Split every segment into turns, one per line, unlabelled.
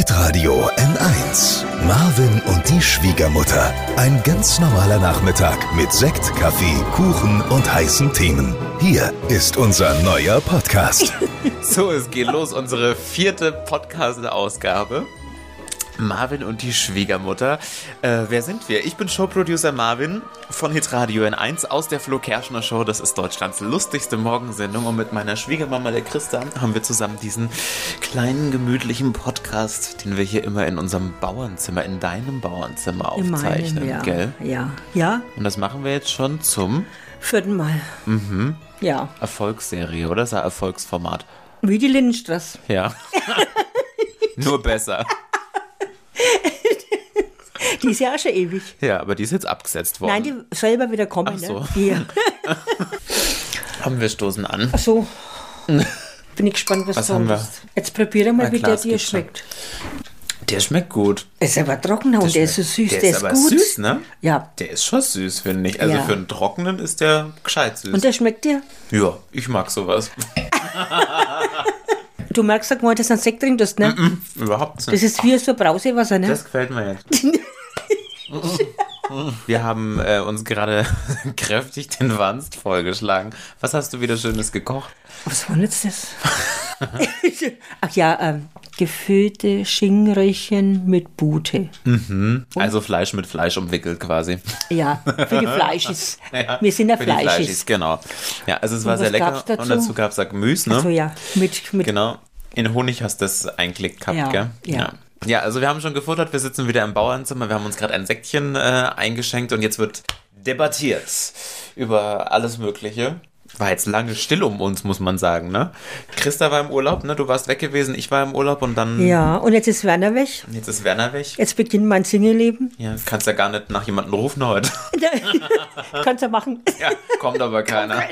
Hitradio N1. Marvin und die Schwiegermutter. Ein ganz normaler Nachmittag mit Sekt, Kaffee, Kuchen und heißen Themen. Hier ist unser neuer Podcast.
So, es geht los, unsere vierte Podcast-Ausgabe. Marvin und die Schwiegermutter. Äh, wer sind wir? Ich bin Showproducer Marvin von Hitradio N1 aus der Flo Kerschner Show. Das ist Deutschlands lustigste Morgensendung. Und mit meiner Schwiegermama, der Christa, haben wir zusammen diesen kleinen, gemütlichen Podcast, den wir hier immer in unserem Bauernzimmer, in deinem Bauernzimmer
In meinem,
aufzeichnen.
ja.
Gell?
Ja, ja,
Und das machen wir jetzt schon zum
vierten Mal. Mhm. Ja,
Erfolgsserie, oder? Das ist ein Erfolgsformat.
wie die Lindenstraße.
Ja. Nur besser.
Die ist ja auch schon ewig.
Ja, aber die ist jetzt abgesetzt worden.
Nein, die soll immer wieder kommen.
Ach so.
Ne? Ja.
Haben wir stoßen an.
Ach so. Bin ich gespannt, was,
Was
du
haben wir?
hast. Jetzt probiere mal,
Na
wie
klar,
der
es
dir
geht schon.
schmeckt.
Der schmeckt gut.
Ist aber trockener und der ist so süß.
Der,
Der,
ist, aber
gut.
süß, ne?
Ja.
Der ist schon süß, finde ich. Also
Ja.
für einen trockenen ist der gescheit süß.
Und der schmeckt dir?
ja, ich mag sowas.
Du merkst ja gar nicht, dass du einen Sekt trinkst, ne?
Überhaupt
Das
nicht.
ist wie so Brausewasser, ne?
Das gefällt mir jetzt. Wir haben äh, uns gerade kräftig den Wanst vollgeschlagen. Was hast du wieder Schönes gekocht?
was war denn jetzt das? Ach ja, ähm, gefüllte Schingröhrchen mit Bute.
Also Fleisch mit Fleisch umwickelt quasi.
Ja, für die Fleischis. Wir sind ja
Für die
Fleischis.
Genau. Ja, also es war sehr
was
lecker.
gab's dazu?
Und dazu gab es da Gemüse, ne?
So ja, mit, mit
Genau. In Honig hast du das eingelegt gehabt,
Ja,
gell?
ja.
Ja, also wir haben schon gefuttert, wir sitzen wieder im Bauernzimmer, wir haben uns gerade ein Säckchen äh, eingeschenkt und jetzt wird debattiert über alles Mögliche. War jetzt lange still um uns, muss man sagen, ne? Christa war im Urlaub, ne? Du warst weg gewesen, ich war im Urlaub und dann.
Ja, und jetzt ist Werner weg.
Jetzt ist Werner weg.
Jetzt beginnt mein Single-Leben.
Ja, kannst ja gar nicht nach jemandem rufen heute.
Kannst du machen.
ja, kommt aber keiner.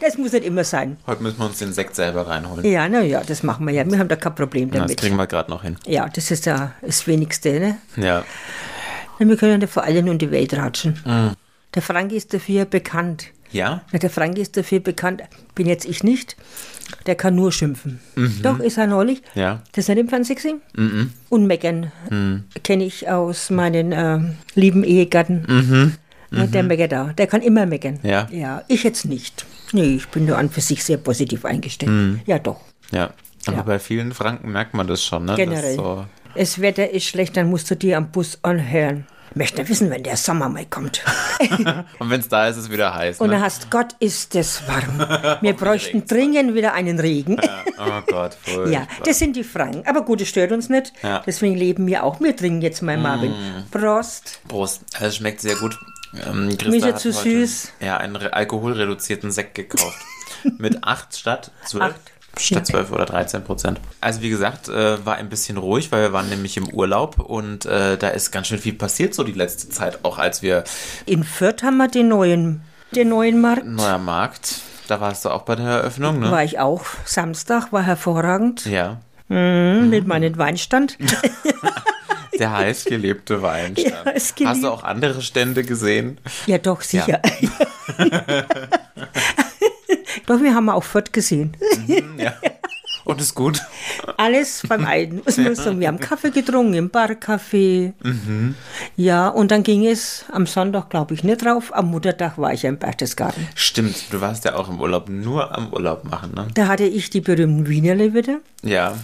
Das muss nicht immer sein.
Heute müssen wir uns den Sekt selber reinholen.
Ja, naja, das machen wir ja. Wir haben da kein Problem
Das
damit.
kriegen wir gerade noch hin.
Ja, das ist ja das Wenigste. Ne?
Ja.
Und Wir können ja vor allem um die Welt ratschen.
Mhm.
Der Frank ist dafür bekannt.
Ja?
Na, der Frank ist dafür bekannt, bin jetzt ich nicht. Der kann nur schimpfen. Doch, ist er neulich.
Mhm. Ja. Mhm.
Das ist nicht im Fernsehen gesehen. Und meckern kenne ich aus meinen ähm, lieben Ehegatten. Na, Der meckert auch. Der kann immer meckern.
Mhm. Ja.
ja. Ich jetzt nicht. Nee, ich bin nur an für sich sehr positiv eingestellt.
Mhm.
Ja, doch.
Ja, aber
Ja.
bei vielen Franken merkt man das schon, ne? Das
Generell.
so,
Das Wetter ist schlecht, dann musst du dir am Bus anhören. Möchte wissen, wenn der Sommer mal kommt.
und wenn es da ist, ist es wieder heiß.
Und
Ne?
dann hast Gott, ist es warm. Wir bräuchten dringend wieder einen Regen.
Oh Gott, voll.
Ja, das sind die Franken. Aber gut, das stört uns nicht.
Ja. Mm.
Deswegen leben wir auch. Wir trinken jetzt mal Marvin. Prost.
Prost. Es schmeckt sehr gut. Ähm, Christa
Mir ist er
hat
zu
heute,
süß.
Ja, einen re- alkoholreduzierten Sekt gekauft. Mit 8 statt 12.
Acht.
Statt 12 oder 13 Prozent. Also wie gesagt, äh, war ein bisschen ruhig, weil wir waren nämlich im Urlaub und äh, da ist ganz schön viel passiert so die letzte Zeit, auch als wir
In Fürth haben wir den neuen, den neuen Markt.
neuer Markt, da warst du auch bei der Eröffnung, ne?
War ich auch. Samstag war hervorragend.
Ja. Mhm.
Mit meinem Weinstand.
Der heiß gelebte Weinstand.
Ja, ist geliebt.
Hast du auch andere Stände gesehen?
Ja, doch, sicher. doch, wir haben auch Fürth gesehen.
Ja. Und ist gut.
Alles beim Alten. Es muss so, Wir haben Kaffee getrunken im Barcafé.
Mhm.
Ja, und dann ging es am Sonntag, glaube ich, nicht drauf. Am Muttertag war ich ja im Berchtesgaden.
Stimmt, du warst ja auch im Urlaub, nur am Urlaub machen, ne?
Da hatte ich die berühmten Wienerle wieder.
Ja.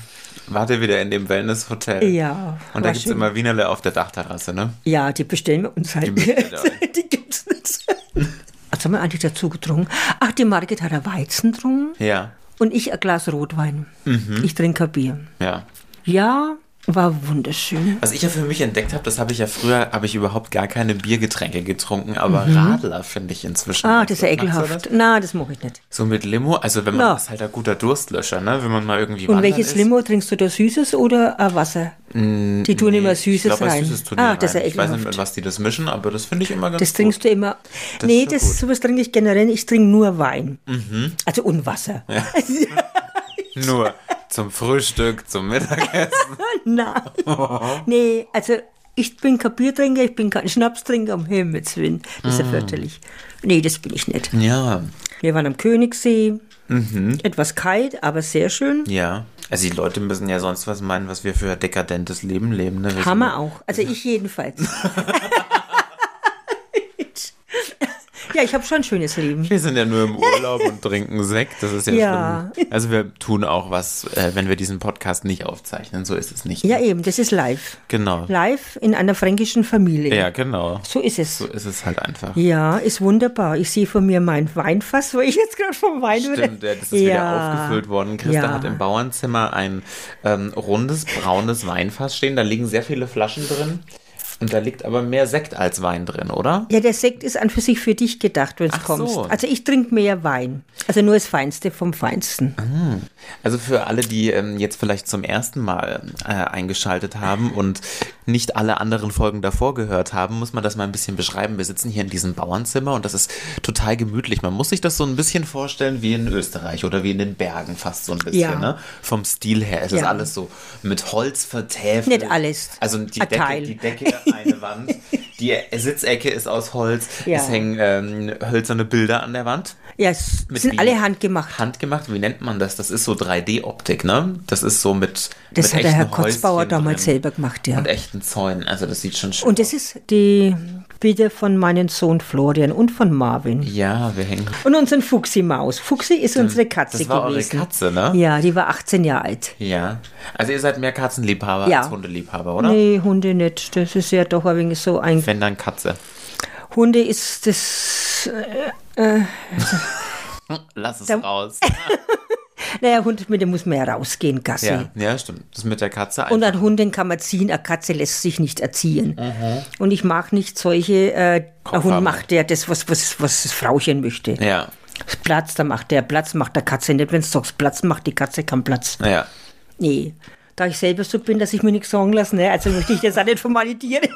Wart ihr wieder in dem Wellnesshotel?
Ja,
Und da
war
gibt es
schön.
immer Wienerle auf der Dachterrasse, ne?
Ja, die bestellen wir uns halt.
Die müssen wir da.
Die, gibt's nicht. Was haben wir eigentlich dazu getrunken? Ach, die Margit hat ein Weizen getrunken
Ja.
und ich ein Glas Rotwein.
Mhm.
Ich trinke kein Bier.
Ja.
Ja, war wunderschön.
Was ich ja für mich entdeckt habe, das habe ich ja früher, habe ich überhaupt gar keine Biergetränke getrunken, aber Radler finde ich inzwischen.
Mhm. Ah,
ganz
das ist ja
gut. Magst du
ekelhaft.
das?
Na, das mache ich nicht.
So mit Limo, also wenn man,
Ja.
das ist halt ein guter Durstlöscher, ne? Wenn man mal irgendwie
Und
wandern
welches
ist. Mm,
Limo trinkst du da? Süßes oder ein Wasser? die tun immer Süßes
ich glaube,
rein.
Süßes tun die
ah, das ist
rein.
ja
Ich weiß
ekelhaft.
nicht, mit was die das mischen, aber das finde ich immer ganz
das
gut.
trinkst du immer.
Das ist
nee,
ja gut. Mhm.
das, sowas trinke ich generell. Ich trinke nur Wein. Also und Wasser.
Nur zum Frühstück, zum Mittagessen.
Na, nee, also ich bin kein Biertrinker, ich bin kein Schnapstrinker, um Himmels Willen. Das
Mm.
ist ja fürchterlich. Nee, das bin ich nicht.
Ja, Mhm.
Wir waren am Königssee. Etwas kalt, aber sehr schön.
ja. Also die Leute müssen ja sonst was meinen, was wir für ein dekadentes Leben leben. Ne? Wir sind-
Hammer auch. Also ich jedenfalls. ja, ich habe schon ein schönes Leben.
Wir sind ja nur im Urlaub und trinken Sekt. Das ist ja,
Ja.
schlimm. Also wir tun auch was, äh, wenn wir diesen Podcast nicht aufzeichnen. So ist es nicht.
Ja, eben, das ist live.
Genau.
Live in einer fränkischen Familie.
Ja, genau.
So ist es.
So ist es halt einfach.
Ja, ist wunderbar. Ich sehe vor mir mein Weinfass, wo ich jetzt gerade vom Wein
Stimmt, ja,
würde.
das ist wieder aufgefüllt worden. Christa
Ja.
hat im Bauernzimmer ein ähm, rundes, braunes Weinfass stehen. Da liegen sehr viele Flaschen drin. Und da liegt aber mehr Sekt als Wein drin, oder?
Ja, der Sekt ist an für sich für dich gedacht, wenn es
Ach so.
kommst. Also ich trinke mehr Wein. Also nur das Feinste vom Feinsten.
Also für alle, die ähm, jetzt vielleicht zum ersten Mal äh, eingeschaltet haben und nicht alle anderen Folgen davor gehört haben, muss man das mal ein bisschen beschreiben. Wir sitzen hier in diesem Bauernzimmer und das ist total gemütlich. Man muss sich das so ein bisschen vorstellen wie in Österreich oder wie in den Bergen fast so ein bisschen.
Ja.
Ne? Vom Stil her ist es
Ja.
alles so mit Holz vertäfelt.
Nicht alles.
Also die
Ein
Decke,
Teil.
die Decke, eine Wand. Die Sitzecke ist aus Holz.
Ja.
Es hängen ähm, hölzerne Bilder an der Wand.
Ja, es
Mit
sind
wie-
alle handgemacht.
Handgemacht, wie nennt man das? Das ist so 3D-Optik, ne? Das ist so mit.
Das
mit
hat der Herr
echten
Kotzbauer
Häuschen
damals
drin
selber gemacht, ja.
Und echten Zäunen. Also, das sieht schon schön
Und das ist die Bilder von meinem Sohn Florian und von Marvin.
aus. Ja, wir hängen.
Und unseren Fuchsi-Maus. Fuchsi ist unsere Katze
Das war eure
gewesen.
Katze, ne?
Ja, die war 18 Jahre alt.
Ja. Also, ihr seid mehr Katzenliebhaber
Ja.
als Hundeliebhaber, oder?
Nee, Hunde nicht. Das ist ja doch ein wenig so ein.
Wenn dann Katze.
Hunde ist das. Äh,
Lass es
Da-
raus.
naja, Hund, mit dem muss man ja rausgehen, Gassi.
Ja, ja, stimmt. Das mit der Katze.
Und
einfach.
an Hunden kann man ziehen, eine Katze lässt sich nicht erziehen.
Mhm.
Und ich mag nicht solche, äh, ein
Kopfarbeit.
Hund macht ja das, was, was, was das Frauchen möchte.
Ja,
Platz, da macht der Platz, macht der Katze nicht. Wenn du sagst, Platz macht die Katze keinen Platz.
ja.
Nee. Da ich selber so bin, dass ich mir nichts sagen lasse, ne? also möchte ich das auch nicht formalisieren.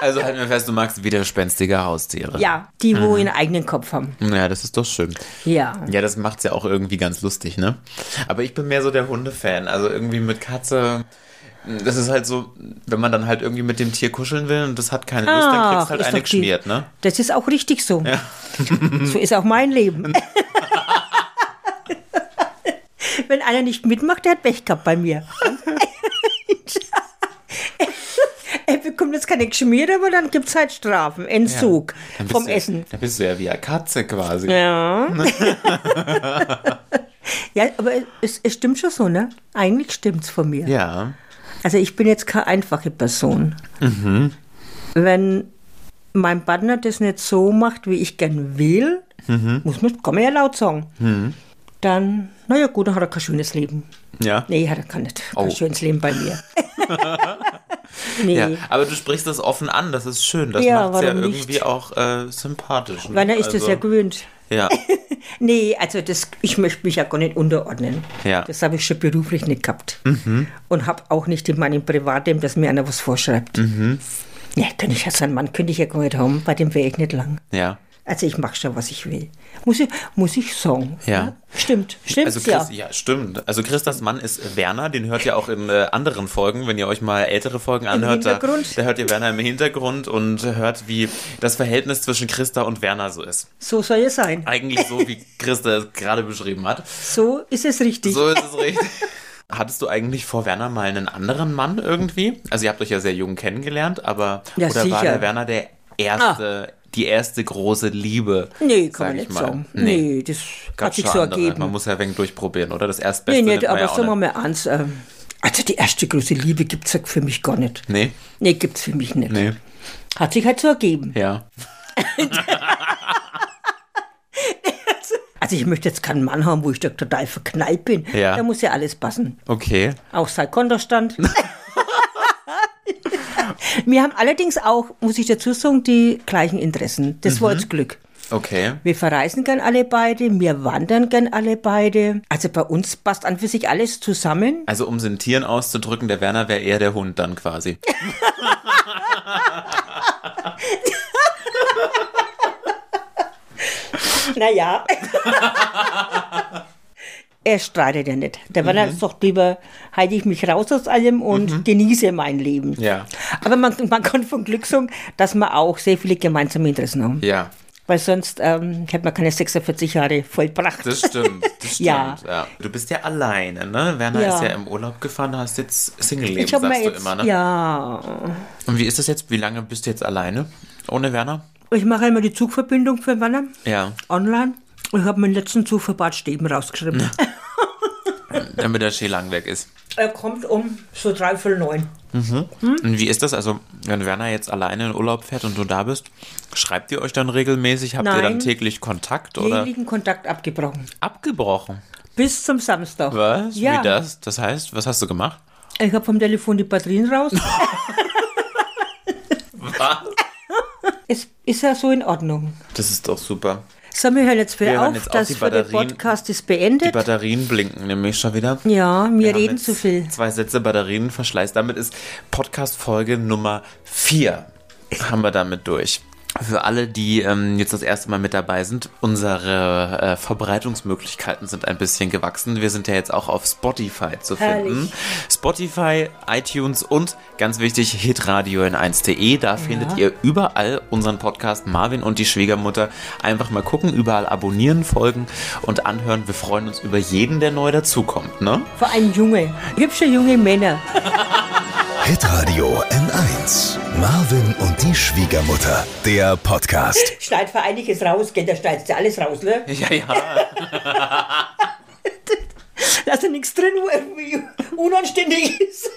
Also, halten wir fest, du magst widerspenstige Haustiere.
ja, die, wo ihren eigenen Kopf haben.
Ja, das ist doch schön.
Ja.
Mhm. Ja, das macht's ja auch irgendwie ganz lustig, ne? Aber ich bin mehr so der Hundefan. Also irgendwie mit Katze. Das ist halt so, wenn man dann halt irgendwie mit dem Tier kuscheln will und das hat keine Lust, dann kriegst
Ach,
halt
ist
eine
doch die-
geschmiert, ne?
Das ist auch richtig so. so ist auch mein Leben. Wenn einer nicht mitmacht, der hat Pech gehabt bei mir. er bekommt jetzt keine geschmiert, aber dann gibt es halt Strafen, Entzug
Dann bist
vom
du,
Essen.
Dann bist du ja wie eine Katze quasi.
Ja. ja, aber es, es stimmt schon so, ne? Eigentlich stimmt's von mir.
Ja.
Also ich bin jetzt keine einfache Person.
Mhm.
Wenn mein Partner das nicht so macht, wie ich gern will,
Mhm.
muss man, kann man ja laut sagen. Dann, naja gut, dann hat er kein schönes Leben.
Ja.
Nee, hat er kann nicht. Kein
Oh.
schönes Leben bei mir. nee.
ja. Aber du sprichst das offen an, das ist schön. Das
Ja,
macht's ja
warum
irgendwie
nicht?
auch äh, sympathisch. ne?
Weil er ist das
Also,
ja gewöhnt.
Ja.
Nee, also das, ich möchte mich ja gar nicht unterordnen.
Ja. Mhm.
Das habe ich schon beruflich nicht gehabt. Und habe auch nicht in meinem Privatleben, dass mir einer was vorschreibt.
Mhm.
Ja, könnte ich ja sein Mann, könnte ich ja gar nicht haben, bei dem wäre ich nicht lang.
Ja.
Also ich mache schon, was ich will. Muss ich, muss ich sagen.
Ja.
Stimmt, stimmt,
Also
ja.
Chris, ja. stimmt. Also Christas Mann ist Werner, den hört ihr auch in äh, anderen Folgen, wenn ihr euch mal ältere Folgen anhört, da,
Hintergrund.
da hört ihr Werner im Hintergrund und hört, wie das Verhältnis zwischen Christa und Werner so ist.
So soll es sein.
Eigentlich so, wie Christa es gerade beschrieben hat.
So ist es richtig.
So ist es richtig. Hattest du eigentlich vor Werner mal einen anderen Mann irgendwie? Also ihr habt euch ja sehr jung kennengelernt, aber
Ja,
oder war
sicher. Ah.
der Werner der erste, die erste große Liebe?
nee,
sag
kann man
ich
nicht
mal?
sagen. Nee,
Nee.
das hat
Gab's
sich
schon
so
andere. Man
ergeben.
muss ja ein wenig durchprobieren, oder? Das Erstbeste
Nee,
nimmt
nicht,
man ja
aber
auch
sagen wir
nicht.
mal ernst. ähm, Also die erste große Liebe gibt es für mich gar nicht.
Nee,
Nee, gibt's für mich nicht.
nee.
Hat sich halt so ergeben.
Ja.
Also ich möchte jetzt keinen Mann haben, wo ich da total verknallt bin.
Ja.
Da muss ja alles passen.
Okay.
Auch sein Konterstand. Wir haben allerdings auch, muss ich dazu sagen, die gleichen Interessen. Das war jetzt Glück.
Okay.
Wir verreisen gern alle beide, wir wandern gern alle beide. Also bei uns passt an für sich alles zusammen.
Also um den Tieren auszudrücken, der Werner wäre eher der Hund dann quasi.
Naja. er streitet ja nicht. Der Werner
Mhm.
sagt lieber, halte ich mich raus aus allem und genieße mein Leben.
Ja.
Aber man, man kann von Glück sagen, dass wir auch sehr viele gemeinsame Interessen haben.
Ja.
Weil sonst ähm, hätte man keine 46 Jahre vollbracht.
Das stimmt, das stimmt.
Ja.
Du bist ja alleine, ne? Werner
Ja.
ist ja im Urlaub gefahren, du hast jetzt Single-Leben,
ich habe
sagst
mir
du
jetzt,
immer, ne?
ja,
Und wie ist das jetzt? Wie lange bist du jetzt alleine ohne Werner?
ich mache immer die Zugverbindung für Wanner
Ja,
online. Und ich habe meinen letzten Zug für Bad Steben rausgeschrieben.
damit der Schee lang weg ist.
Er kommt um so dreiviertel neun. Hm?
Und wie ist das? Also, wenn Werner jetzt alleine in Urlaub fährt und du da bist, schreibt ihr euch dann regelmäßig? Habt ihr dann
Nein.
täglich Kontakt oder
Jeglichen Kontakt abgebrochen.
abgebrochen?
Bis zum Samstag.
Was?
Ja.
Wie das? Das heißt, was hast du gemacht?
Ich habe vom Telefon die Batterien raus.
Was?
es ist ja so in Ordnung.
Das ist doch super.
So, wir hören jetzt für
Wir hören
auf.
jetzt auf,
das
die
für den
Batterien-
Podcast ist
Die
beendet.
Batterien blinken nämlich schon wieder.
ja, wir,
haben
reden
jetzt
zu viel.
Zwei Sätze Batterienverschleiß. Damit ist Podcast-Folge Nummer 4. Haben wir damit durch. Für alle, die ähm, jetzt das erste Mal mit dabei sind, unsere äh, Verbreitungsmöglichkeiten sind ein bisschen gewachsen. Wir sind ja jetzt auch auf Spotify zu
Herrlich.
finden. Spotify, iTunes und ganz wichtig hitradio in 1.de. Da findet ihr überall unseren Podcast Marvin und die Schwiegermutter. Einfach mal gucken, überall abonnieren, folgen und anhören. Wir freuen uns über jeden, der neu dazukommt. Ne?
Vor allem junge, hübsche junge Männer.
Hitradio N1. Marvin und die Schwiegermutter. Der Podcast.
Schneid für einiges raus, geht, da schneidest du alles raus, ne?
Ja, ja.
Lass dir nichts drin, wo irgendwie unanständig ist.